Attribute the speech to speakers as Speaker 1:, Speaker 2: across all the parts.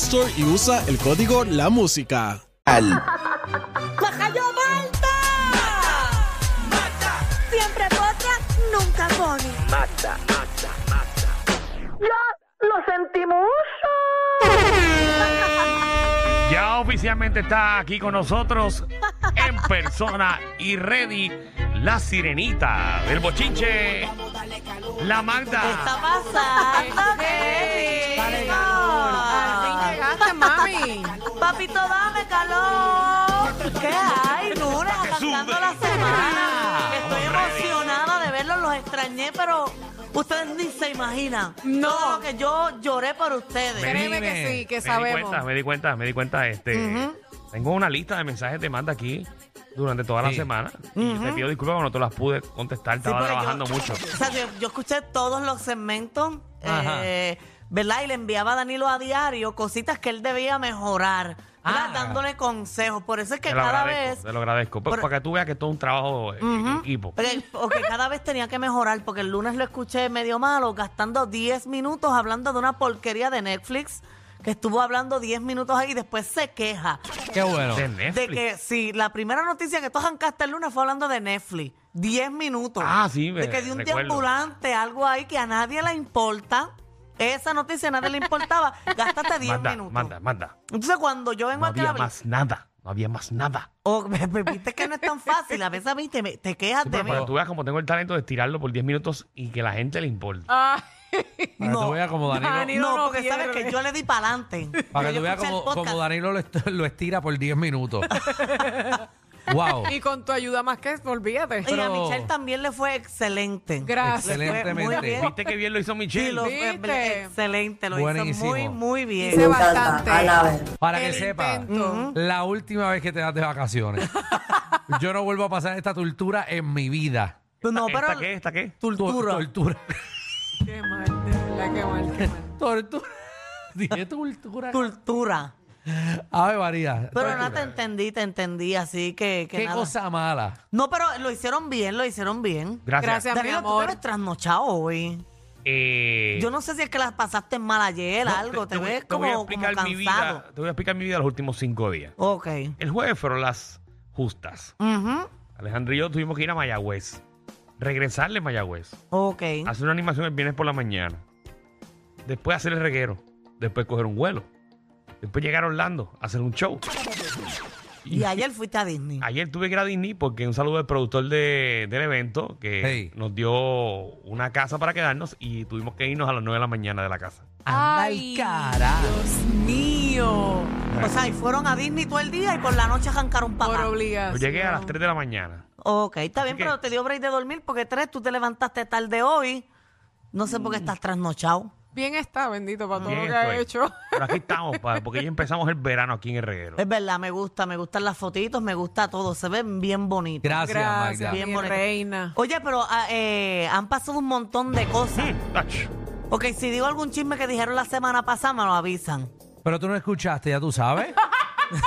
Speaker 1: Store y usa el código La Música.
Speaker 2: ¡Majayo Malta! Siempre potra, nunca pone. ¡Ya lo sentimos!
Speaker 3: Ya oficialmente está aquí con nosotros en persona y ready la sirenita del bochinche, la
Speaker 4: está
Speaker 3: Magda.
Speaker 4: pasando? ¿Qué
Speaker 5: Dale,
Speaker 4: es
Speaker 5: mi amor. Al fin
Speaker 4: esto?
Speaker 5: llegaste, mami.
Speaker 4: Papito, dame calor. ¿Qué hay, Nura? Arrancando la semana. Estoy
Speaker 3: Vamos, ready.
Speaker 4: emocionada de verlos, los extrañé, pero ustedes ni se imaginan.
Speaker 5: No.
Speaker 4: Todo lo que yo lloré por
Speaker 3: Me
Speaker 4: ustedes.
Speaker 5: Créeme
Speaker 3: vine,
Speaker 5: que sí, que
Speaker 3: me di
Speaker 5: sabemos.
Speaker 3: cuenta, me di cuenta, me di cuenta. Este, Tengo una lista de mensajes de Magda aquí durante toda la semana. Y te pido disculpas cuando no te las pude contestar,
Speaker 4: Sí,
Speaker 3: estaba
Speaker 4: porque
Speaker 3: trabajando
Speaker 4: yo-
Speaker 3: mucho.
Speaker 4: O sea, yo, yo escuché todos los segmentos,
Speaker 6: Ajá.
Speaker 4: eh, ¿verdad? Y le enviaba a Danilo a diario cositas que él debía mejorar, ¿verdad?
Speaker 6: Ah.
Speaker 4: dándole consejos. Por eso es que
Speaker 3: Te lo
Speaker 4: cada
Speaker 3: agradezco,
Speaker 4: vez
Speaker 3: te lo agradezco. Pero
Speaker 4: Por-
Speaker 3: para que tú veas que esto es un trabajo eh, en equipo.
Speaker 4: Porque, porque cada vez tenía que mejorar, porque el lunes lo escuché medio malo, gastando 10 minutos hablando de una porquería de Netflix, que estuvo hablando 10 minutos ahí y después se queja
Speaker 6: Qué bueno.
Speaker 3: De Netflix.
Speaker 4: de que si la primera noticia que tú arrancaste el lunes fue hablando de Netflix. 10 minutos.
Speaker 3: Ah, sí, me
Speaker 4: De que de un
Speaker 3: recuerdo.
Speaker 4: deambulante, algo ahí que a nadie le importa. Esa noticia a nadie le importaba. Gastaste 10
Speaker 3: Magda,
Speaker 4: minutos.
Speaker 3: Magda, Magda.
Speaker 4: Entonces cuando yo vengo
Speaker 3: No
Speaker 4: aquí a
Speaker 3: había
Speaker 4: hablar-
Speaker 3: más nada, no había más nada.
Speaker 4: Oh, me, me- viste que no es tan fácil. A veces a mí te, me- te quejas
Speaker 3: Sí,
Speaker 4: de
Speaker 3: pero
Speaker 4: mí.
Speaker 3: para que tú veas como tengo el talento de estirarlo por 10 minutos y que la gente le importe.
Speaker 4: Ah,
Speaker 5: Ay,
Speaker 6: Para que
Speaker 4: No.
Speaker 6: tú veas como Danilo,
Speaker 5: Dani.
Speaker 4: No,
Speaker 5: no
Speaker 4: porque sabes
Speaker 5: pierde.
Speaker 4: que yo le di para adelante.
Speaker 6: para que tú veas como, como Danilo lo, est- lo estira por 10 minutos. wow.
Speaker 5: y con tu ayuda más que olvídate.
Speaker 4: Y a
Speaker 6: pero-
Speaker 4: Michelle también le fue excelente.
Speaker 5: Gracias.
Speaker 4: Muy bien.
Speaker 6: Excelentemente.
Speaker 3: ¿Viste qué bien lo hizo
Speaker 4: Sí,
Speaker 3: Michelle?
Speaker 4: lo fue
Speaker 5: ¿Viste?
Speaker 4: excelente, lo hizo
Speaker 6: Buenísimo.
Speaker 4: muy, muy bien.
Speaker 5: Hice bastante.
Speaker 6: Para que
Speaker 5: El
Speaker 6: sepas,
Speaker 5: intento.
Speaker 6: la última vez que te das de vacaciones. Yo no vuelvo a pasar esta tortura en mi vida.
Speaker 4: No, pero
Speaker 3: ¿Esta qué? ¿Esta qué?
Speaker 6: Tu-
Speaker 4: Tortura.
Speaker 6: Tortura.
Speaker 5: Qué mal, de verdad, qué mal, qué mal.
Speaker 6: Tortura. Dije tortura.
Speaker 4: cultura.
Speaker 6: Ave María.
Speaker 4: Pero
Speaker 6: Tortura.
Speaker 4: nada, te entendí, te entendí, así que, que
Speaker 6: Qué
Speaker 4: nada.
Speaker 6: cosa mala.
Speaker 4: No, pero lo hicieron bien, lo hicieron bien.
Speaker 3: Gracias.
Speaker 5: Gracias. mi
Speaker 4: Danilo, tú
Speaker 5: amor.
Speaker 4: te ves trasnochado hoy.
Speaker 3: Eh,
Speaker 4: Yo no sé si es que las pasaste mal ayer,
Speaker 3: no,
Speaker 4: algo, te,
Speaker 3: voy-
Speaker 4: ves
Speaker 3: voy a
Speaker 4: como, como
Speaker 3: explicar
Speaker 4: cansado.
Speaker 3: mi vida, Te voy a explicar mi vida los últimos cinco días.
Speaker 4: Ok.
Speaker 3: El jueves fueron las justas.
Speaker 4: Ujú,
Speaker 3: Alejandro y yo tuvimos que ir a Mayagüez. Regresarle a Mayagüez.
Speaker 4: Ok.
Speaker 3: Hacer una animación el viernes por la mañana. Después hacer el reguero. Después coger un vuelo. Después llegar a Orlando a hacer un show.
Speaker 4: Y ayer fuiste a Disney.
Speaker 3: Ayer tuve que ir a Disney porque un saludo del productor de- del evento que
Speaker 6: Hey.
Speaker 3: nos dio una casa para quedarnos y tuvimos que irnos a las 9 de la mañana de la casa.
Speaker 6: Anda
Speaker 5: Ay,
Speaker 6: al carajo.
Speaker 5: Dios mío.
Speaker 4: O sea, y fueron a Disney todo el día y por la noche arrancaron
Speaker 5: Por
Speaker 4: papá.
Speaker 3: Yo
Speaker 5: obligación.
Speaker 3: llegué a las 3 de la mañana.
Speaker 4: Ok, está bien,
Speaker 3: que-
Speaker 4: pero te dio break de dormir porque tres, tú te levantaste tarde hoy. No sé por qué estás trasnochado.
Speaker 5: Bien está, bendito, para todo
Speaker 3: Bien
Speaker 5: lo que ha
Speaker 3: estoy.
Speaker 5: hecho.
Speaker 3: Pero aquí estamos, pa, porque ya empezamos el verano aquí en el reguero.
Speaker 4: Es verdad, me gusta, me gustan las fotitos, me gusta todo, se ven bien bonitos.
Speaker 6: Gracias,
Speaker 5: Gracias,
Speaker 6: Magda. Oh,
Speaker 4: Bien
Speaker 5: mi
Speaker 4: bonito.
Speaker 5: reina.
Speaker 4: Oye, pero ah, eh, han pasado un montón de cosas.
Speaker 3: Mm, ach.
Speaker 4: Ok, si digo algún chisme que dijeron la semana pasada, me lo avisan.
Speaker 6: Pero tú no escuchaste, ya tú sabes.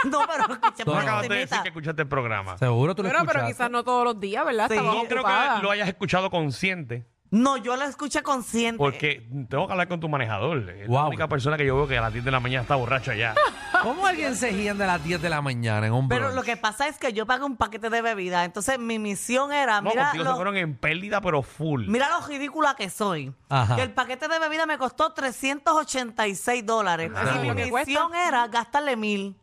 Speaker 4: No, pero escuché
Speaker 3: Tú
Speaker 6: Tú
Speaker 4: por
Speaker 3: acabas de decir
Speaker 4: encimita.
Speaker 3: que escuchaste el programa.
Speaker 6: Seguro tú lo
Speaker 5: Bueno, pero
Speaker 6: escuchaste.
Speaker 5: quizás no todos los días, ¿verdad?
Speaker 4: Sí.
Speaker 5: Estaba
Speaker 3: No creo que
Speaker 5: ocupada.
Speaker 3: lo hayas escuchado consciente.
Speaker 4: No, yo la escuché consciente.
Speaker 3: Porque tengo que hablar con tu manejador. Es la
Speaker 6: Wow.
Speaker 3: única persona que yo veo que a las 10 de la mañana está borracho allá.
Speaker 5: Ah,
Speaker 6: ¿Cómo alguien se guían de las 10 de la mañana en un
Speaker 4: Pero
Speaker 6: brunch?
Speaker 4: lo que pasa es que yo pagué un paquete de bebida. Entonces mi misión era,
Speaker 3: No,
Speaker 4: mira,
Speaker 3: contigo
Speaker 4: lo-
Speaker 3: se fueron en pérdida, pero full.
Speaker 4: mira lo ridícula que soy.
Speaker 6: Ajá.
Speaker 4: Que el paquete de bebida me costó 386 dólares.
Speaker 5: Ah.
Speaker 4: Y mi
Speaker 5: Lo que
Speaker 4: misión era gastarle mil.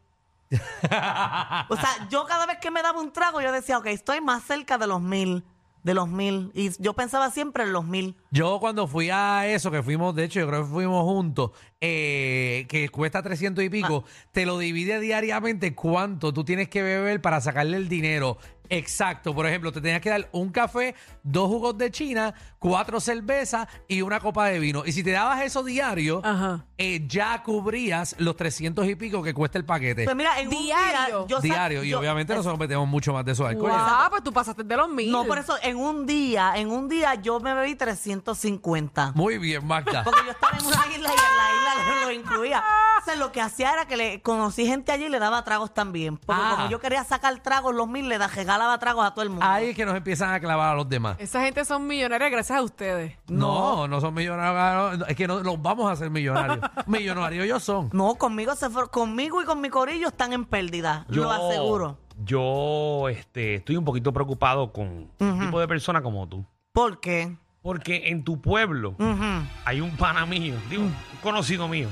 Speaker 4: o sea, yo cada vez que me daba un trago, yo decía, ok, estoy más cerca de los mil. De los mil. Y yo pensaba siempre en los mil.
Speaker 6: Yo cuando fui a eso, que fuimos, de hecho, yo creo que fuimos juntos, eh, que cuesta 300 y pico,
Speaker 4: Ah.
Speaker 6: te lo divide diariamente cuánto tú tienes que beber para sacarle el dinero. Exacto, por ejemplo, te tenías que dar un café, dos jugos de China, cuatro cervezas y una copa de vino. Y si te dabas eso diario,
Speaker 5: Ajá.
Speaker 6: eh, ya cubrías los 300 y pico que cuesta el paquete.
Speaker 4: Pues mira, en un día,
Speaker 5: Diario.
Speaker 4: yo sa-
Speaker 6: diario, y
Speaker 4: yo-
Speaker 6: obviamente nosotros metemos mucho más de esos alcoholes.
Speaker 5: Ah, pues tú pasaste de los mil.
Speaker 4: No, por eso en un día, en un día yo me bebí 350.
Speaker 6: Muy bien, Magda.
Speaker 4: Porque yo estaba en una isla y en la isla lo- lo incluía. O sea, lo que hacía era que le conocí gente allí y le daba tragos también. Porque
Speaker 6: Ah.
Speaker 4: como yo quería sacar tragos los mil, le da- regalaba tragos a todo el mundo.
Speaker 6: Ahí es que nos empiezan a clavar a los demás.
Speaker 4: Eh,
Speaker 5: Esa gente son millonarias gracias a ustedes.
Speaker 6: No, no son millonarios. no, Es que no los vamos a hacer millonarios. millonarios ellos son.
Speaker 4: No, conmigo se fueron- conmigo y con mi corillo están en pérdida. Lo aseguro.
Speaker 3: Yo este, estoy un poquito preocupado con un tipo de persona como tú.
Speaker 4: ¿Por qué?
Speaker 3: Porque en tu pueblo
Speaker 4: Ujú.
Speaker 3: hay un pana mío, digo, un conocido mío,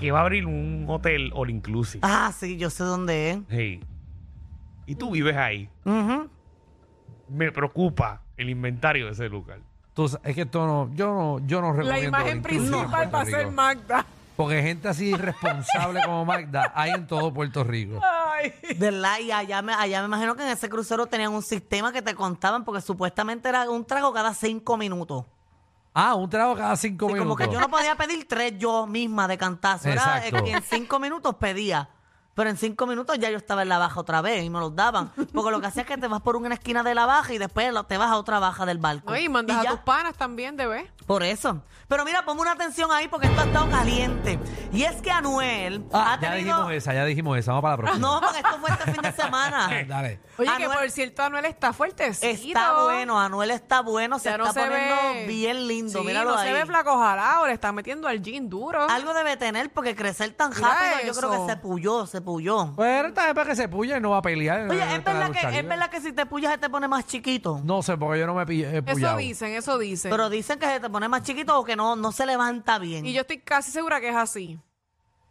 Speaker 3: que va a abrir un hotel all inclusive.
Speaker 4: Ah, sí, yo sé dónde es.
Speaker 3: Hey. Y tú vives ahí.
Speaker 4: Ujú.
Speaker 3: Me preocupa el inventario de ese lugar.
Speaker 6: Tú sa- es que esto no, yo no, yo no recomiendo.
Speaker 5: La imagen
Speaker 6: el inclusive en
Speaker 5: principal
Speaker 6: Puerto
Speaker 5: va a ser
Speaker 6: Rico.
Speaker 5: Magda.
Speaker 6: Porque gente así irresponsable como Magda hay en todo Puerto Rico.
Speaker 5: Ay.
Speaker 4: ¿Verdad? Y allá me, allá me imagino que en ese crucero tenían un sistema que te contaban porque supuestamente era un trago cada cinco minutos.
Speaker 6: Ah, un trago cada cinco
Speaker 4: Sí, como
Speaker 6: minutos.
Speaker 4: que yo no podía pedir tres yo misma de cantazo. Era eh,
Speaker 6: Exacto.
Speaker 4: que en cinco minutos pedía. Pero en cinco minutos ya yo estaba en la baja otra vez y me los daban. Porque lo que hacía es que te vas por una esquina de la baja y después lo- te vas a otra baja del barco.
Speaker 5: No, y mandas
Speaker 4: Pues, ya.
Speaker 5: a tus panas también, de ver.
Speaker 4: Por eso. Pero mira, ponme una atención ahí porque esto ha estado caliente. Y es que Anuel
Speaker 6: Ah,
Speaker 4: ha
Speaker 6: ya
Speaker 4: tenido...
Speaker 6: dijimos esa, ya dijimos esa. Vamos para la próxima. Eh,
Speaker 4: No, porque esto fue este fin de semana.
Speaker 6: Dale.
Speaker 5: Oye, Ah, que
Speaker 4: Anuel-
Speaker 5: por cierto, Anuel está fuertecito.
Speaker 4: Está bueno, Anuel está bueno, se
Speaker 5: Ya
Speaker 4: está
Speaker 5: no se
Speaker 4: poniendo
Speaker 5: ve.
Speaker 4: bien lindo.
Speaker 5: Sí,
Speaker 4: Míralo
Speaker 5: no
Speaker 4: ahí.
Speaker 5: se ve flaco jalado, le está metiendo al jean duro.
Speaker 4: Algo debe tener porque crecer tan
Speaker 5: Mira
Speaker 4: rápido, yo creo
Speaker 5: eso.
Speaker 4: que se puyó, se puyó.
Speaker 6: Bueno, también para que se puya y no va a pelear. no
Speaker 4: Oye,
Speaker 6: va a
Speaker 4: ¿es
Speaker 6: estar en la
Speaker 4: verdad,
Speaker 6: lucha
Speaker 4: que, ¿es
Speaker 6: libre.
Speaker 4: verdad que si te puyas se te pone más chiquito?
Speaker 6: No sé, porque yo no me pillé. he
Speaker 5: Eso
Speaker 6: puyado.
Speaker 5: dicen, eso dicen.
Speaker 4: Pero dicen que se te pone más chiquito o que no, no se levanta bien.
Speaker 5: y yo estoy casi segura que es así.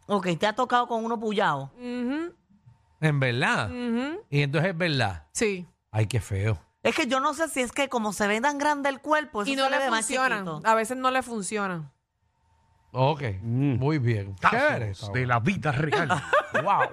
Speaker 4: Ok, te ha tocado con uno puyado.
Speaker 5: Ujú,
Speaker 6: En verdad.
Speaker 4: Mm.
Speaker 5: ujú.
Speaker 6: Y entonces es verdad.
Speaker 5: Sí.
Speaker 6: Ay, qué feo.
Speaker 4: Es que yo no sé si es que como se ve tan grande el cuerpo, eso
Speaker 5: Y no
Speaker 4: se le
Speaker 5: le
Speaker 4: ve más
Speaker 5: funcionan.
Speaker 4: chiquito.
Speaker 5: A veces no le funcionan.
Speaker 6: Ok,
Speaker 3: Mm.
Speaker 6: muy bien. Chévere,
Speaker 3: Casos
Speaker 6: está
Speaker 3: de la vida real.
Speaker 6: Wow.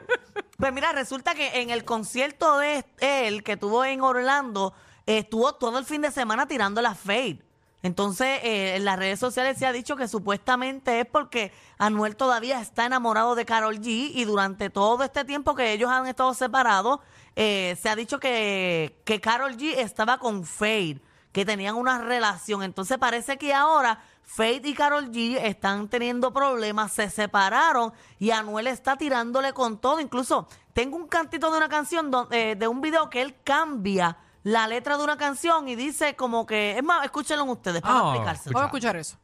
Speaker 4: Pues mira, resulta que en el concierto de él que tuvo en Orlando, eh, estuvo todo el fin de semana tirando la fade. Entonces, eh, en las redes sociales se ha dicho que supuestamente es porque Anuel todavía está enamorado de Carol G y durante todo este tiempo que ellos han estado separados, eh, se ha dicho que, que Carol G estaba con Fade, que tenían una relación. Entonces parece que ahora Fade y Carol G están teniendo problemas, se separaron y Anuel está tirándole con todo. Incluso tengo un cantito de una canción, don- eh, de un video que él cambia la letra de una canción y dice como que, es más, escúchenlo ustedes para
Speaker 6: Ah,
Speaker 4: explicárselo.
Speaker 5: Vamos a escuchar eso.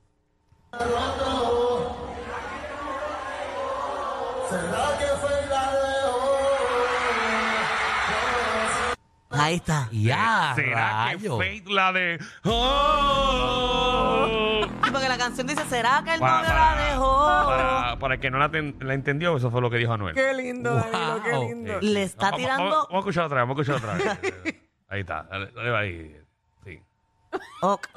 Speaker 4: Ahí está.
Speaker 6: Ya,
Speaker 3: ¿Será
Speaker 6: rayos.
Speaker 3: que Fate la de... Oh.
Speaker 4: Sí, Porque la canción dice, ¿será que el
Speaker 3: Para-
Speaker 4: novio la
Speaker 3: para-
Speaker 4: dejó?
Speaker 3: Para, para el que no la, ten- la entendió, eso fue lo que dijo Anuel.
Speaker 5: Qué lindo, Danilo, qué
Speaker 6: Wow.
Speaker 5: lindo.
Speaker 3: Sí,
Speaker 4: Le
Speaker 3: sí.
Speaker 4: está
Speaker 3: Vamos-
Speaker 4: tirando-
Speaker 3: Vamos, vamos a escuchar otra vez, vamos a escuchar otra vez. ahí está, dale, dale, ahí. Sí.
Speaker 4: Ok.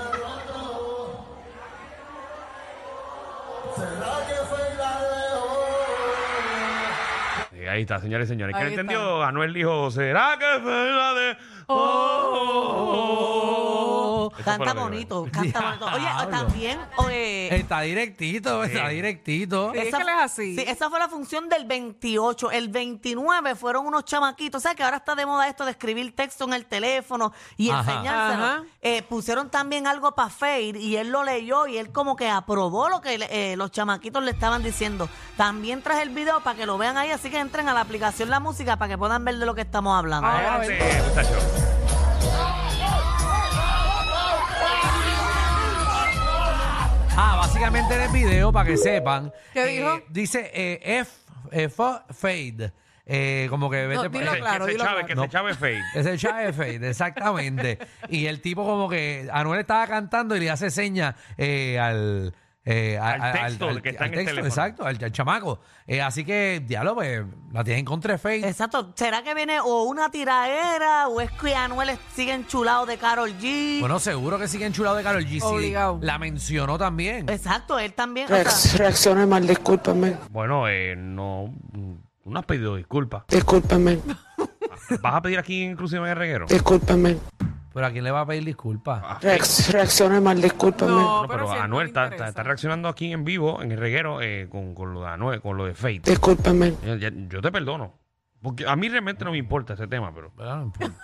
Speaker 3: Sí, ahí está, señores y señores. ¿Quién
Speaker 5: Ahí
Speaker 3: entendió? Anuel dijo, ¿será que fue la de... Oh. Eso fue lo
Speaker 4: Canta
Speaker 3: que dijo.
Speaker 4: bonito, canta bonito. Oye, o también... o, eh,
Speaker 6: Está directito, está directito.
Speaker 5: Sí. es que él es así.
Speaker 4: sí, esa fue la función del 28. El 29 fueron unos chamaquitos. ¿Sabes que ahora está de moda esto de escribir texto en el teléfono y
Speaker 6: Ajá.
Speaker 4: enseñárselo?
Speaker 5: Ajá.
Speaker 4: Eh, pusieron también algo para Fade y él lo leyó y él como que aprobó lo que le- eh, los chamaquitos le estaban diciendo. También traje el video para que lo vean ahí, así que entren a la aplicación La Música para que puedan ver de lo que estamos
Speaker 5: Ah,
Speaker 4: hablando.
Speaker 3: Adelante, muchacho.
Speaker 6: Ah, básicamente en el video para que sepan.
Speaker 5: ¿Qué
Speaker 6: Eh,
Speaker 5: dijo?
Speaker 6: Dice eh, F, F, fade. Eh, como que
Speaker 5: No,
Speaker 6: vete pa-
Speaker 5: dilo
Speaker 6: ese-
Speaker 5: claro,
Speaker 3: que se
Speaker 5: dilo
Speaker 3: chave,
Speaker 5: claro.
Speaker 3: que
Speaker 6: No.
Speaker 3: se chave fake.
Speaker 6: Es el Chave Fade, exactamente. y el tipo como que Anuel estaba cantando y le hace señas eh, al, eh, a-
Speaker 3: Al
Speaker 6: a-
Speaker 3: texto que está en el teléfono.
Speaker 6: Exacto, al, al chamaco. Eh, así que, diálogo, pues, la tienen contra Fade.
Speaker 4: Exacto. ¿Será que viene o una tiraera o es que Anuel sigue enchulado de Carol G?
Speaker 6: Bueno, seguro que sigue enchulado de Carol G. sí.
Speaker 5: Obligado.
Speaker 6: La mencionó también.
Speaker 4: Exacto, él también. o sea,
Speaker 7: Reacc- Reaccioné mal, discúlpame,
Speaker 3: Bueno, eh, no, mm, no has pedido disculpas.
Speaker 7: discúlpame,
Speaker 3: ¿Vas a pedir aquí inclusive en el reguero?
Speaker 7: discúlpame.
Speaker 6: Pero ¿a quién le va a pedir disculpas?
Speaker 3: Ah.
Speaker 7: Reacc- Reaccioné mal, discúlpame,
Speaker 5: No,
Speaker 3: No,
Speaker 5: pero,
Speaker 3: pero
Speaker 5: si a él no le
Speaker 3: Anuel está, está-
Speaker 5: interesa.
Speaker 3: está reaccionando aquí en vivo, en el reguero, eh, con, con lo de Anuel, con lo de Fate.
Speaker 7: discúlpame,
Speaker 3: Ya- ya- Yo te perdono. Porque a mí realmente no me importa ese tema, pero.
Speaker 6: Bueno, no importa.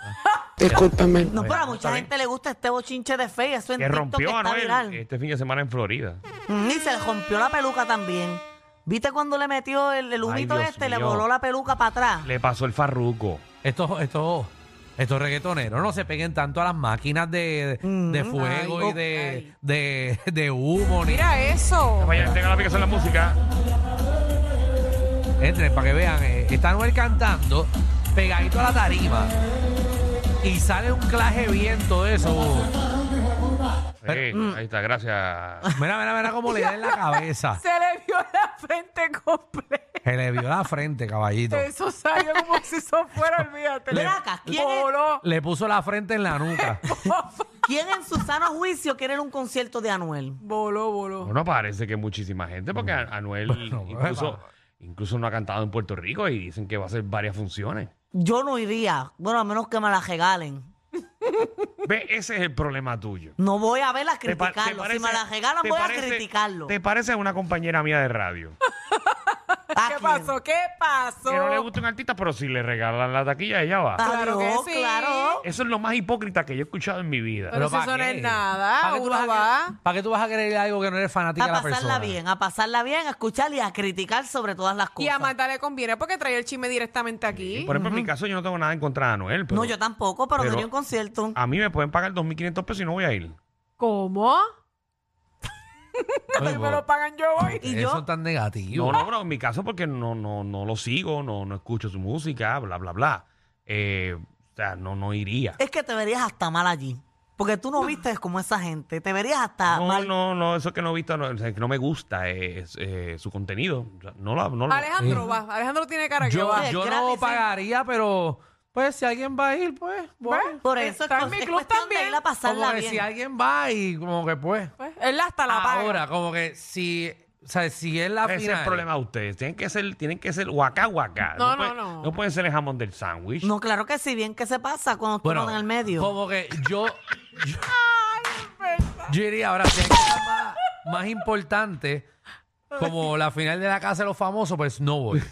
Speaker 7: discúlpame.
Speaker 4: no, pero a
Speaker 3: está
Speaker 4: mucha
Speaker 3: bien.
Speaker 4: gente le gusta este bochinche de fe y eso en
Speaker 3: Que
Speaker 4: TikTok
Speaker 3: rompió a
Speaker 4: está
Speaker 3: Anuel
Speaker 4: viral.
Speaker 3: este fin de semana en Florida.
Speaker 4: Mm, Y se le rompió la peluca también. ¿Viste cuando le metió el, el humito
Speaker 3: Dios
Speaker 4: este? Le
Speaker 3: mío.
Speaker 4: voló la peluca para atrás.
Speaker 3: Le pasó el farruco.
Speaker 6: estos, estos, estos reggaetoneros no se peguen tanto a las máquinas de, de fuego
Speaker 5: Mm. Ay,
Speaker 6: y de,
Speaker 5: ok.
Speaker 6: de, de humo. ni-
Speaker 5: Mira eso.
Speaker 3: Vaya, tenga la aplicación de la música.
Speaker 6: Entren para que vean. eh, está Anuel cantando pegadito a la tarima. Y sale un claje viento de eso.
Speaker 3: Sí,
Speaker 4: mm.
Speaker 3: ahí está, gracias.
Speaker 6: Mira, mira, mira cómo le da en la cabeza.
Speaker 5: Se le vio la frente completa.
Speaker 6: Se le vio la frente, caballito.
Speaker 5: Eso salió como si eso fuera, olvídate.
Speaker 4: Ven acá, ¿quién es?
Speaker 5: Voló.
Speaker 6: Le puso la frente en la nuca.
Speaker 4: ¿Quién en su sano juicio quiere ir a un concierto de Anuel?
Speaker 5: Voló, voló.
Speaker 3: Bueno, parece que muchísima gente, porque
Speaker 4: Mm.
Speaker 3: a- Anuel
Speaker 6: Bueno,
Speaker 3: incluso,
Speaker 6: bueno.
Speaker 3: incluso no ha cantado en Puerto Rico y dicen que va a hacer varias funciones.
Speaker 4: Yo no iría. Bueno, a menos que me la regalen.
Speaker 3: Ve, ese es el problema tuyo.
Speaker 4: No voy a verla
Speaker 3: Te pa- te
Speaker 4: criticarlo. Si
Speaker 3: parece-
Speaker 4: me la regalan,
Speaker 3: te
Speaker 4: voy a
Speaker 3: parece-
Speaker 4: criticarlo.
Speaker 3: Te parece a una compañera mía de radio.
Speaker 4: ¿A
Speaker 5: ¿Qué
Speaker 4: quién?
Speaker 5: pasó? ¿Qué pasó?
Speaker 3: que no le gusta un artista, pero si le regalan la taquilla, ella va.
Speaker 4: Ah.
Speaker 5: Claro que
Speaker 4: Claro,
Speaker 5: sí.
Speaker 4: claro.
Speaker 3: Eso es lo más hipócrita que yo he escuchado en mi vida.
Speaker 5: Pero si
Speaker 6: ¿pa'
Speaker 5: eso no
Speaker 6: qué?
Speaker 5: es nada,
Speaker 6: ¿Pa' qué tú
Speaker 5: uno
Speaker 6: vas a
Speaker 5: va?
Speaker 6: querer- ¿Para qué tú vas a querer algo que no eres fanática
Speaker 4: A
Speaker 6: de la
Speaker 4: pasarla
Speaker 6: persona?
Speaker 4: bien, a pasarla bien, a escuchar y a criticar sobre todas las cosas.
Speaker 5: Y a Marta le conviene porque trae el chisme directamente aquí.
Speaker 3: Por ejemplo, en mi caso, yo no tengo nada en contra de Anuel. Pero
Speaker 4: no, yo tampoco, pero,
Speaker 3: pero-
Speaker 4: no iría a un concierto.
Speaker 3: A mí me pueden pagar 2.500 pesos y no voy a ir.
Speaker 5: ¿Cómo?
Speaker 6: Oye,
Speaker 5: Si me lo pagan yo voy.
Speaker 4: ¿Y
Speaker 6: Eso
Speaker 4: yo?
Speaker 6: es tan negativo.
Speaker 3: No, no, bro, en mi caso porque no, no, no lo sigo, no, no escucho su música, bla, bla, bla. Eh, o sea, no, no iría.
Speaker 4: Es que te verías hasta mal allí. Porque tú no viste como esa gente. Te verías hasta
Speaker 3: No,
Speaker 4: ah, mal.
Speaker 3: no, no, eso que no he visto, no, o sea, que no me gusta eh, es, eh, su contenido. O sea, No, la, no lo-
Speaker 5: Alejandro va. Alejandro tiene cara que
Speaker 6: Yo,
Speaker 5: va.
Speaker 4: Es
Speaker 6: yo
Speaker 4: gratis,
Speaker 6: no
Speaker 4: sí.
Speaker 6: pagaría, pero pues si alguien va a ir, pues voy.
Speaker 4: Por eso es,
Speaker 5: Está en
Speaker 4: cu-
Speaker 5: mi
Speaker 4: es
Speaker 5: club
Speaker 4: cuestión de
Speaker 5: también.
Speaker 4: ir a pasarla
Speaker 6: Como que
Speaker 4: bien.
Speaker 6: si alguien va y como que pues.
Speaker 5: Pues, él hasta la paga.
Speaker 6: Ahora, como que si, o sea, si es la
Speaker 3: Ese es el
Speaker 6: final.
Speaker 3: problema de ustedes. Tienen que ser, tienen que ser guacá, guacá.
Speaker 5: No, no,
Speaker 3: puede-
Speaker 5: no.
Speaker 3: pueden ser el jamón del sándwich.
Speaker 4: No, claro que sí, bien que se pasa cuando tú no en el medio.
Speaker 6: Como que yo. Yo, yo diría ahora, si hay cosas más, más importante, como la final de la casa de los famosos, pues no voy.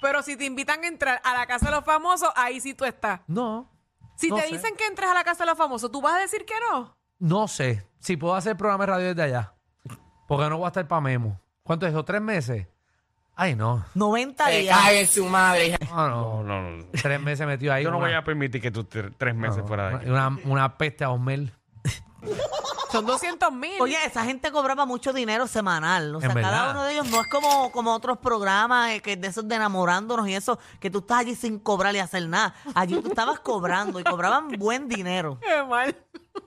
Speaker 5: Pero si te invitan a entrar a la casa de los famosos, ahí sí tú estás.
Speaker 6: No,
Speaker 5: Si
Speaker 6: No
Speaker 5: te
Speaker 6: sé.
Speaker 5: dicen que entres a la casa de los famosos, ¿tú vas a decir que no?
Speaker 6: no sé. Si puedo hacer programa de radio desde allá. Porque no voy a estar para Memo. ¿Cuánto es eso? ¿Tres meses? Ay, no.
Speaker 4: 90
Speaker 8: Eh,
Speaker 4: días.
Speaker 6: No,
Speaker 3: No,
Speaker 6: no.
Speaker 3: no, no.
Speaker 6: Tres meses metido ahí.
Speaker 3: Yo no
Speaker 6: una-
Speaker 3: voy a permitir que tú estés tres meses fuera de aquí.
Speaker 6: una, una peste a Osmel.
Speaker 5: Son 200 mil.
Speaker 4: Oye, esa gente cobraba mucho dinero semanal. O sea,
Speaker 6: En
Speaker 4: cada
Speaker 6: verdad.
Speaker 4: uno de ellos no es como, como otros programas eh, que de esos de enamorándonos y eso, que tú estás allí sin cobrar y hacer nada. Allí tú estabas cobrando y cobraban buen dinero.
Speaker 5: qué mal.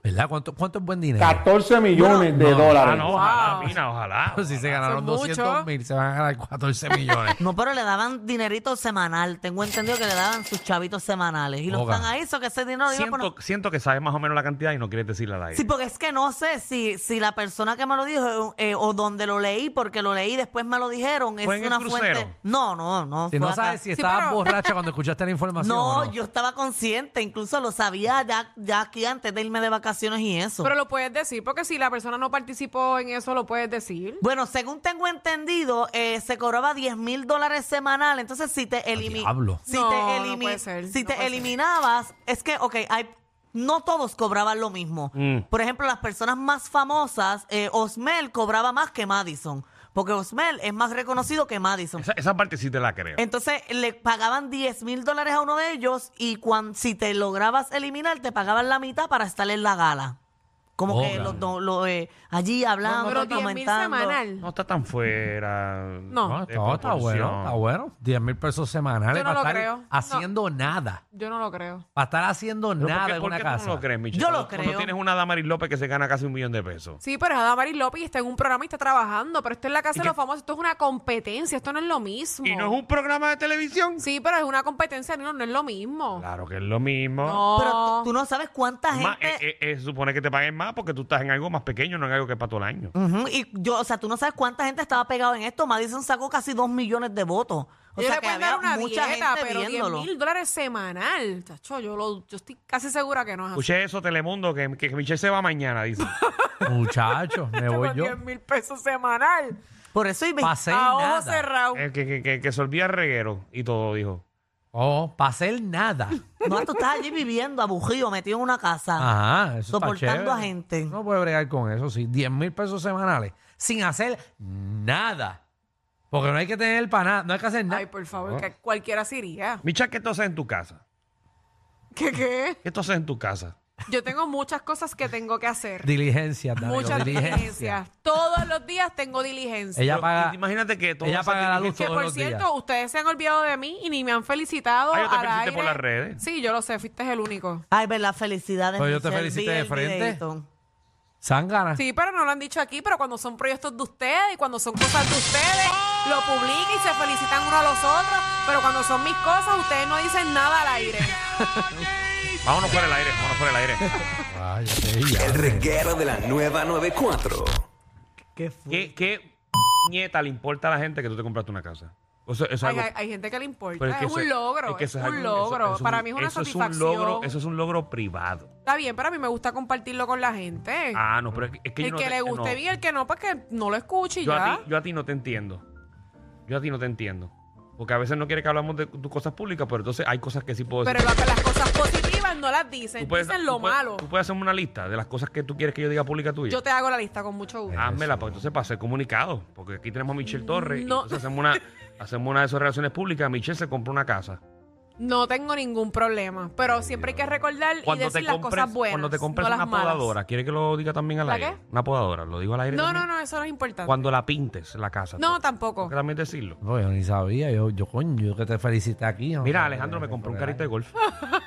Speaker 6: ¿Verdad? ¿Cuánto, cuánto es buen dinero?
Speaker 8: 14 millones de
Speaker 6: No, no,
Speaker 8: dólares.
Speaker 3: Ah, no, ojalá,
Speaker 5: Wow.
Speaker 3: mira, ojalá.
Speaker 6: Si se ganaron
Speaker 5: Son mucho.
Speaker 6: 200 mil, se van a ganar 14 millones.
Speaker 4: No, pero le daban dinerito semanal. Tengo entendido que le daban sus chavitos semanales. Y los
Speaker 6: Oga.
Speaker 4: están ahí, eso que ese dinero lo iba a poner-
Speaker 3: Siento, siento que sabes más o menos la cantidad y no quieres decirla al aire.
Speaker 4: Sí, porque es que no sé si, si la persona que me lo dijo eh, o donde lo leí, porque lo leí después me lo dijeron, es
Speaker 3: ¿Fue en el
Speaker 4: una
Speaker 3: crucero?
Speaker 4: fuente. No, no, no.
Speaker 6: Si
Speaker 4: fue
Speaker 6: no
Speaker 4: acá.
Speaker 6: sabes si
Speaker 5: Sí,
Speaker 6: estabas
Speaker 5: pero-
Speaker 6: borracha cuando escuchaste la información.
Speaker 4: No,
Speaker 6: o no.
Speaker 4: yo estaba consciente, incluso lo sabía ya, ya aquí antes de irme de vacaciones y eso.
Speaker 5: Pero lo puedes decir, porque si la persona no participó en eso, lo puedes decir.
Speaker 4: bueno, según tengo entendido, eh, se cobraba 10 mil dólares semanal. Entonces, si te, elimi-
Speaker 6: Ah, diablo.
Speaker 4: si
Speaker 5: No,
Speaker 4: te,
Speaker 5: no
Speaker 4: elimi-
Speaker 5: puede ser,
Speaker 4: si
Speaker 5: no
Speaker 4: te
Speaker 5: puede ser.
Speaker 4: eliminabas, es que, ok, hay, no todos cobraban lo mismo.
Speaker 6: Mm.
Speaker 4: Por ejemplo, las personas más famosas, eh, Osmel cobraba más que Madison, porque Osmel es más reconocido que Madison.
Speaker 3: Esa, esa parte sí te la creo.
Speaker 4: Entonces le pagaban 10 mil dólares a uno de ellos y cuan- si te lograbas eliminar, te pagaban la mitad para estar en la gala. Como
Speaker 6: Oh,
Speaker 4: que
Speaker 6: claro.
Speaker 4: los do- lo, eh, allí hablando,
Speaker 5: pero 10 mil
Speaker 4: comentando.
Speaker 5: semanal.
Speaker 3: No está tan fuera.
Speaker 5: No.
Speaker 6: No,
Speaker 3: de
Speaker 6: no, está bueno,
Speaker 3: proporción.
Speaker 6: está bueno. 10 mil pesos semanales
Speaker 5: Yo no
Speaker 6: para
Speaker 5: lo
Speaker 6: estar
Speaker 5: creo.
Speaker 6: haciendo nada.
Speaker 5: Yo no lo creo.
Speaker 6: Para estar haciendo
Speaker 3: Pero ¿por
Speaker 6: nada
Speaker 3: qué-
Speaker 6: en
Speaker 3: por
Speaker 6: una
Speaker 3: qué tú
Speaker 6: casa.
Speaker 3: no lo crees, Michelle?
Speaker 4: Yo lo
Speaker 3: Cuando- cuando
Speaker 4: creo.
Speaker 3: tienes una Damaris López que se gana casi un millón de pesos.
Speaker 5: Sí, pero es Adamari López y está en un programa y está trabajando. Pero esto es la casa de
Speaker 3: qué-
Speaker 5: los famosos. Esto es una competencia. Esto no es lo mismo.
Speaker 3: ¿Y no es un programa de televisión?
Speaker 5: Sí, pero es una competencia. No, no es lo mismo.
Speaker 3: Claro que es lo mismo.
Speaker 5: No.
Speaker 4: Pero tú- tú no sabes cuánta
Speaker 3: Más,
Speaker 4: gente.
Speaker 3: eh, eh, eh, se supone que te paguen más porque tú estás en algo más pequeño, no en algo que es para todo el año.
Speaker 4: Ujú, Y yo, o sea, tú no sabes cuánta gente estaba pegado en esto. Madison sacó casi dos millones de votos. O
Speaker 5: Ellos
Speaker 4: sea,
Speaker 5: le
Speaker 4: que
Speaker 5: pueden
Speaker 4: había
Speaker 5: dar una
Speaker 4: mucha
Speaker 5: dieta,
Speaker 4: gente
Speaker 5: pero 10
Speaker 4: viéndolo.
Speaker 5: mil dólares semanal. Chacho, yo, lo, yo estoy casi segura que no es así.
Speaker 3: Escuché eso, Telemundo, que, que Michelle se va mañana, dice.
Speaker 6: Muchachos, me voy yo.
Speaker 5: 10 mil pesos semanal.
Speaker 4: Por eso y
Speaker 6: Pasé
Speaker 5: A ojo
Speaker 6: nada.
Speaker 5: cerrado.
Speaker 3: Eh, que, que, que, que se olvida el reguero y todo, dijo.
Speaker 6: Oh, para hacer nada.
Speaker 4: No, tú estás allí viviendo, aburrido, metido en una casa.
Speaker 6: Ajá, eso está
Speaker 4: Soportando a
Speaker 6: chévere.
Speaker 4: gente.
Speaker 6: No puede bregar con eso, sí. 10 mil pesos semanales sin hacer nada. Porque no hay que tener para nada, no hay que hacer
Speaker 5: Ay,
Speaker 6: nada.
Speaker 5: por
Speaker 3: Oh.
Speaker 5: favor, que cualquiera se iría.
Speaker 3: Michelle, ¿qué tú haces en tu casa?
Speaker 5: ¿Qué qué?
Speaker 3: ¿Qué tú haces en tu casa?
Speaker 5: Yo tengo muchas cosas que tengo que hacer.
Speaker 6: Diligencias, Danilo,
Speaker 5: Muchas
Speaker 6: diligencias.
Speaker 5: diligencias. Todos los días tengo diligencias.
Speaker 6: Ella
Speaker 3: Pero,
Speaker 6: paga,
Speaker 3: Imagínate que todo
Speaker 6: ella paga la luz
Speaker 5: Que
Speaker 6: todos
Speaker 5: por
Speaker 6: los días.
Speaker 5: cierto, ustedes se han olvidado de mí y ni me han felicitado.
Speaker 3: Ah, yo te
Speaker 5: al
Speaker 3: felicité por
Speaker 5: aire.
Speaker 3: las redes.
Speaker 5: Sí, yo lo sé, fuiste el único.
Speaker 4: Ay, verdad, felicidades.
Speaker 6: Pues yo te
Speaker 4: Michelle,
Speaker 6: felicité
Speaker 4: vi
Speaker 6: de
Speaker 4: el
Speaker 6: frente.
Speaker 4: videíto.
Speaker 6: Sangana.
Speaker 5: Sí, pero no lo han dicho aquí, pero cuando son proyectos de ustedes y cuando son cosas de ustedes, lo publican y se felicitan uno a los otros, pero cuando son mis cosas, ustedes no dicen nada al aire.
Speaker 3: Vámonos fuera del aire, vámonos fuera del aire.
Speaker 6: Ay, ella.
Speaker 8: El reguero de la nueva 94.
Speaker 3: ¿Qué, qué nieta le importa a la gente que tú te compraste una casa? O sea, eso es
Speaker 5: Hay,
Speaker 3: algo-
Speaker 5: hay- hay gente que le importa.
Speaker 3: pero
Speaker 5: Es,
Speaker 3: que eso
Speaker 5: un logro, es,
Speaker 3: que eso
Speaker 5: un
Speaker 3: algo-
Speaker 5: logro.
Speaker 3: eso- eso
Speaker 5: para
Speaker 3: un-
Speaker 5: mí es una
Speaker 3: eso
Speaker 5: satisfacción.
Speaker 3: un logro, eso es un logro privado.
Speaker 5: Está bien, pero a mí me gusta compartirlo con la gente.
Speaker 3: Ah, no, pero es que, es que yo
Speaker 5: Eh, el
Speaker 3: no
Speaker 5: que
Speaker 3: te-
Speaker 5: le guste
Speaker 3: no.
Speaker 5: bien, el que no, pues que no lo escuche y
Speaker 3: Yo
Speaker 5: ya.
Speaker 3: a, ti, yo a ti no te entiendo. Yo a ti no te entiendo. Porque a veces no quieres que hablamos de, de cosas públicas, pero entonces hay cosas que sí puedo decir.
Speaker 5: Pero la- las cosas positivas no las dicen,
Speaker 3: Tú puedes-
Speaker 5: dicen lo
Speaker 3: tú puedes-
Speaker 5: malo.
Speaker 3: Tú puedes hacerme una lista de las cosas que tú quieres que yo diga pública tuya.
Speaker 5: Yo te hago la lista con mucho gusto.
Speaker 3: Házmela, pues entonces para ser comunicado. Porque aquí tenemos a Michelle Torres. y
Speaker 5: No.
Speaker 3: entonces hacemos una, hacemos una de esas relaciones públicas. Michelle se compró una casa.
Speaker 5: No tengo ningún problema, pero siempre hay que recordar y
Speaker 3: Cuando
Speaker 5: decir
Speaker 3: te
Speaker 5: las
Speaker 3: compres,
Speaker 5: cosas buenas.
Speaker 3: cuando te compres
Speaker 5: no las
Speaker 3: una
Speaker 5: malas.
Speaker 3: podadora, ¿quieres que lo diga también al
Speaker 5: ¿La
Speaker 3: aire?
Speaker 5: qué?
Speaker 3: Una podadora, lo digo al aire.
Speaker 5: No,
Speaker 3: también?
Speaker 5: no, no, eso no es importante.
Speaker 3: Cuando la pintes la casa.
Speaker 5: No,
Speaker 3: ¿tú-
Speaker 5: tampoco.
Speaker 3: tengo que también decirlo.
Speaker 6: No, Pues yo ni sabía, yo, yo coño, yo que te felicité aquí. ¿no?
Speaker 3: Mira, Alejandro me compró un carrito de golf.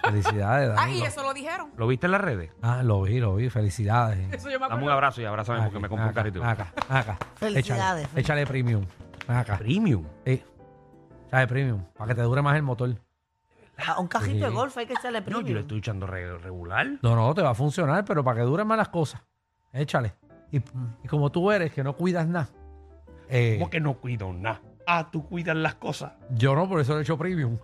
Speaker 6: Felicidades,
Speaker 5: Ah, y
Speaker 6: Danilo.
Speaker 5: eso lo dijeron.
Speaker 3: ¿Lo viste en las redes?
Speaker 6: Ah, lo vi, lo vi, felicidades.
Speaker 5: Eso yo
Speaker 3: Dame
Speaker 5: me
Speaker 3: un
Speaker 5: acuerdo.
Speaker 3: abrazo y abrázame Ah, porque me
Speaker 6: Ah,
Speaker 3: compró un carrito. de golf.
Speaker 6: Acá, acá.
Speaker 4: Felicidades.
Speaker 6: Échale, échale premium. Acá.
Speaker 3: Premium.
Speaker 6: Sí. Échale premium, para que te dure más el motor.
Speaker 4: A Ah, un cajito de
Speaker 6: Sí.
Speaker 4: golf hay que echarle
Speaker 3: No, yo
Speaker 4: premium.
Speaker 3: le estoy echando re- regular.
Speaker 6: No, no, te va a funcionar, pero para que duren más las cosas. Échale. Y, y como tú eres, que no cuidas nada. eh,
Speaker 3: ¿Cómo que no cuido nada? Ah, tú cuidas las cosas.
Speaker 6: Yo no, por eso le echo premium.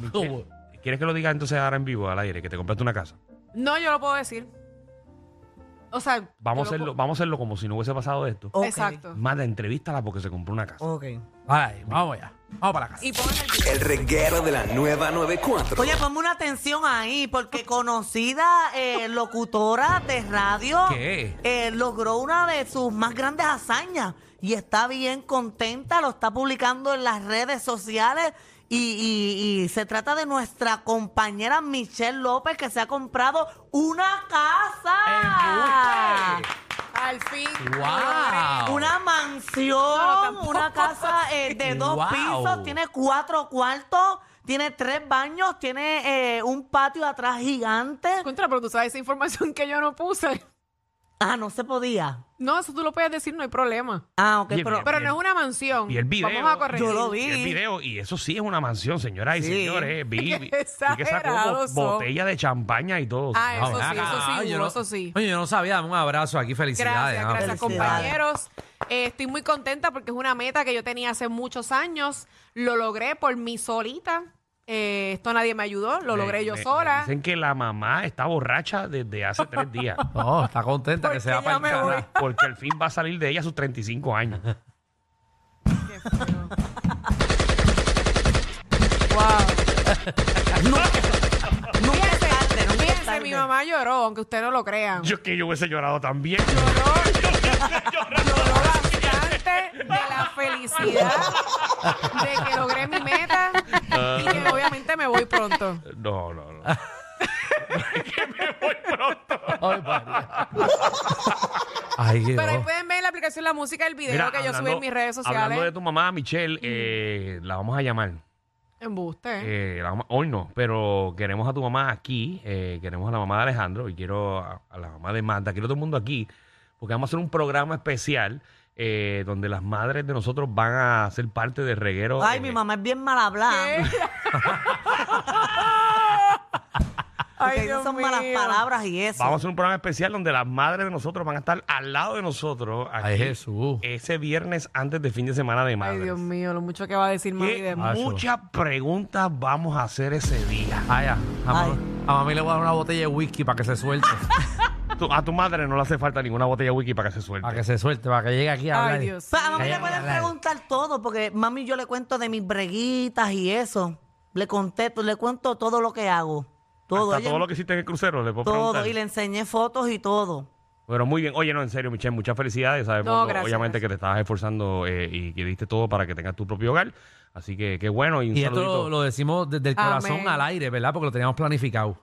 Speaker 3: Michelle, ¿Quieres que lo diga entonces ahora en vivo, al aire, que te compraste una casa?
Speaker 5: No, yo lo puedo decir. O sea,
Speaker 3: Vamos a,
Speaker 5: yo lo
Speaker 3: hacerlo, vamos a hacerlo como si no hubiese pasado esto.
Speaker 5: puedo-
Speaker 4: Ok,
Speaker 5: Exacto.
Speaker 3: Más de entrevístala porque se compró una casa.
Speaker 4: ok.
Speaker 6: Ay, vamos ya. Vamos para la casa.
Speaker 5: Y pongan el video.
Speaker 8: El reguero de la nueva 94.
Speaker 4: Oye, ponme una atención ahí, porque conocida eh, locutora de radio
Speaker 6: ¿Qué?
Speaker 4: eh, logró una de sus más grandes hazañas y está bien contenta, lo está publicando en las redes sociales. Y, y- y se trata de nuestra compañera Michelle López, que se ha comprado una
Speaker 5: Ah,
Speaker 4: casa.
Speaker 6: Eh,
Speaker 5: Al fin.
Speaker 6: ¡Guau!
Speaker 4: Una
Speaker 5: No, no,
Speaker 4: mansión,
Speaker 5: tampoco.
Speaker 4: una casa eh, de dos
Speaker 6: Wow.
Speaker 4: pisos, tiene cuatro cuartos, tiene tres baños, tiene eh, un patio atrás gigante.
Speaker 5: Contra, pero tú sabes esa información que yo no puse.
Speaker 4: Ah, no se podía.
Speaker 5: No, eso tú lo puedes decir, no hay problema.
Speaker 4: Ah, ok,
Speaker 3: Oye,
Speaker 4: pero,
Speaker 5: Pero
Speaker 3: Y
Speaker 5: no
Speaker 3: el-
Speaker 5: es una mansión.
Speaker 3: y el video.
Speaker 5: Vamos a corregir.
Speaker 4: yo lo vi.
Speaker 3: Y el video, y eso sí es una mansión, señoras y
Speaker 4: Sí.
Speaker 3: señores. Vi,
Speaker 5: Qué
Speaker 3: vi- vi que sacó bo-
Speaker 5: exagerados son.
Speaker 3: botella de champaña y todo.
Speaker 5: Ah, eso
Speaker 6: Vamos,
Speaker 5: sí,
Speaker 6: ven
Speaker 5: eso
Speaker 6: acá.
Speaker 5: sí,
Speaker 6: Oye,
Speaker 5: Hugo,
Speaker 6: no-
Speaker 5: eso sí.
Speaker 6: Oye, yo no sabía, dame un abrazo aquí, felicidades.
Speaker 3: ah,
Speaker 6: ah.
Speaker 5: Gracias,
Speaker 6: ¿no?
Speaker 5: gracias
Speaker 4: Felicidades.
Speaker 5: compañeros. Eh, estoy muy contenta porque es una meta que yo tenía hace muchos años. Lo logré por mí solita. Eh, esto nadie me ayudó, lo
Speaker 3: Me-
Speaker 5: logré yo
Speaker 3: me- me
Speaker 5: sola.
Speaker 3: Dicen que la mamá está borracha desde hace tres días.
Speaker 6: No, Oh, está contenta que se va
Speaker 5: Porque
Speaker 6: para
Speaker 5: ya me voy.
Speaker 3: Porque al fin va a salir de ella a sus 35 años.
Speaker 5: Qué feo. wow.
Speaker 4: nunca es tarde, nunca es
Speaker 5: Fíjense,
Speaker 4: tarde.
Speaker 5: mi mamá lloró, aunque usted no lo crean.
Speaker 3: Yo es que yo hubiese llorado también.
Speaker 5: Lloró bastante de la felicidad de que logré mi meta y que obviamente me voy pronto.
Speaker 3: No, no, no. que me voy pronto.
Speaker 6: Ay, María. Ay, qué
Speaker 5: Pero ahí
Speaker 6: horror.
Speaker 5: pueden ver en la aplicación la música, el video
Speaker 3: Mira,
Speaker 5: que yo subí en mis redes sociales.
Speaker 3: Hablando de tu mamá, Michelle, eh, la vamos a llamar.
Speaker 5: Embuste.
Speaker 3: Eh, la vamos- hoy no, pero queremos a tu mamá aquí, eh, queremos a la mamá de Alejandro y quiero a, a la mamá de Magda, quiero a todo el mundo aquí, porque vamos a hacer un programa especial eh, donde las madres de nosotros van a ser parte de reguero.
Speaker 4: Ay,
Speaker 3: eh,
Speaker 4: mi mamá es bien mal hablada.
Speaker 5: Ah. Ay,
Speaker 4: Porque
Speaker 5: Dios
Speaker 4: son malas
Speaker 5: mío.
Speaker 4: palabras y eso.
Speaker 3: Vamos a hacer un programa especial donde las madres de nosotros van a estar al lado de nosotros aquí,
Speaker 6: Ay, Jesús.
Speaker 3: ese viernes antes de fin de semana de
Speaker 5: Ay,
Speaker 3: madres.
Speaker 5: Dios mío, lo mucho que va a decir mami
Speaker 3: Que
Speaker 5: de mí.
Speaker 6: Ah, eso.
Speaker 3: muchas preguntas vamos a hacer ese día.
Speaker 6: Ay, a, a
Speaker 4: Ay.
Speaker 6: mamá- a mami le voy a dar una botella de whisky para que se suelte.
Speaker 3: Tu- a tu madre no le hace falta ninguna botella de wiki para que se suelte.
Speaker 6: para que se suelte, para que llegue aquí a hablar.
Speaker 5: Ay, Dios.
Speaker 4: Pues a mami le
Speaker 6: Cállate,
Speaker 4: pueden
Speaker 6: hablar.
Speaker 4: preguntar todo, porque mami yo le cuento de mis breguitas y eso. Le contesto, le cuento todo lo que hago. Todo.
Speaker 3: Hasta
Speaker 4: Ella-
Speaker 3: todo lo que hiciste en el crucero le puedo
Speaker 4: todo.
Speaker 3: preguntar.
Speaker 4: Y le enseñé fotos y todo.
Speaker 3: Pero muy bien. Oye, no, en serio, Michelle, muchas felicidades. Sabemos,
Speaker 5: No, gracias,
Speaker 3: obviamente, que te estabas esforzando eh, y que diste todo para que tengas tu propio hogar. Así que qué bueno. Y un
Speaker 6: Y esto
Speaker 3: saludito.
Speaker 6: lo, lo decimos desde el corazón
Speaker 5: Amén.
Speaker 6: al aire, ¿verdad? Porque lo teníamos planificado.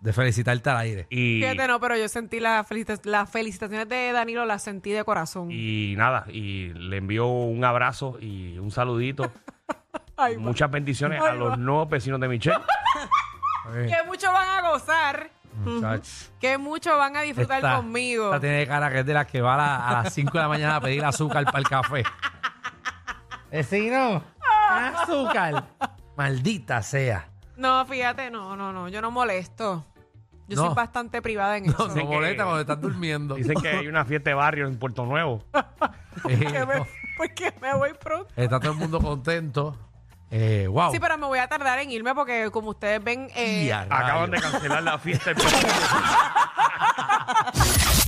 Speaker 6: De felicitarte al aire.
Speaker 3: Y,
Speaker 5: Fíjate, no, pero yo sentí la felicita- las felicitaciones de Danilo, las sentí de corazón.
Speaker 3: y nada, y le envío un abrazo y un saludito.
Speaker 5: Ay, ma-
Speaker 3: muchas bendiciones a
Speaker 5: Ay,
Speaker 3: los
Speaker 5: va.
Speaker 3: nuevos vecinos de Michelle.
Speaker 6: Ay,
Speaker 5: que mucho van a gozar,
Speaker 6: muchacho.
Speaker 5: que mucho van a disfrutar
Speaker 6: Esta-
Speaker 5: conmigo.
Speaker 6: Esta tiene cara que es de las que va a, la- a las 5 de la mañana a pedir azúcar para el café. Vecino,
Speaker 5: Ah.
Speaker 6: azúcar. Maldita sea.
Speaker 5: No, fíjate, no, no, no, yo no molesto. Yo
Speaker 6: No.
Speaker 5: soy bastante privada en
Speaker 6: No,
Speaker 5: eso.
Speaker 6: no
Speaker 3: Dicen que-
Speaker 6: molesta cuando estás durmiendo.
Speaker 3: Dicen que hay una fiesta de barrio en Puerto Nuevo.
Speaker 6: Eh,
Speaker 5: Que me-
Speaker 6: no.
Speaker 5: porque me voy pronto.
Speaker 6: Está todo el mundo contento. Eh, wow.
Speaker 5: Sí, pero me voy a tardar en irme porque como ustedes ven, eh,
Speaker 6: Y a
Speaker 3: Acaban de
Speaker 6: rayos.
Speaker 3: cancelar la fiesta en Puerto Nuevo.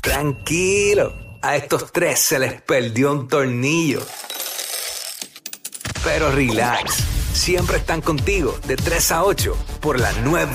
Speaker 8: Tranquilo, a estos tres se les perdió un tornillo. Pero relax, siempre están contigo de 3 a 8 por la nueva.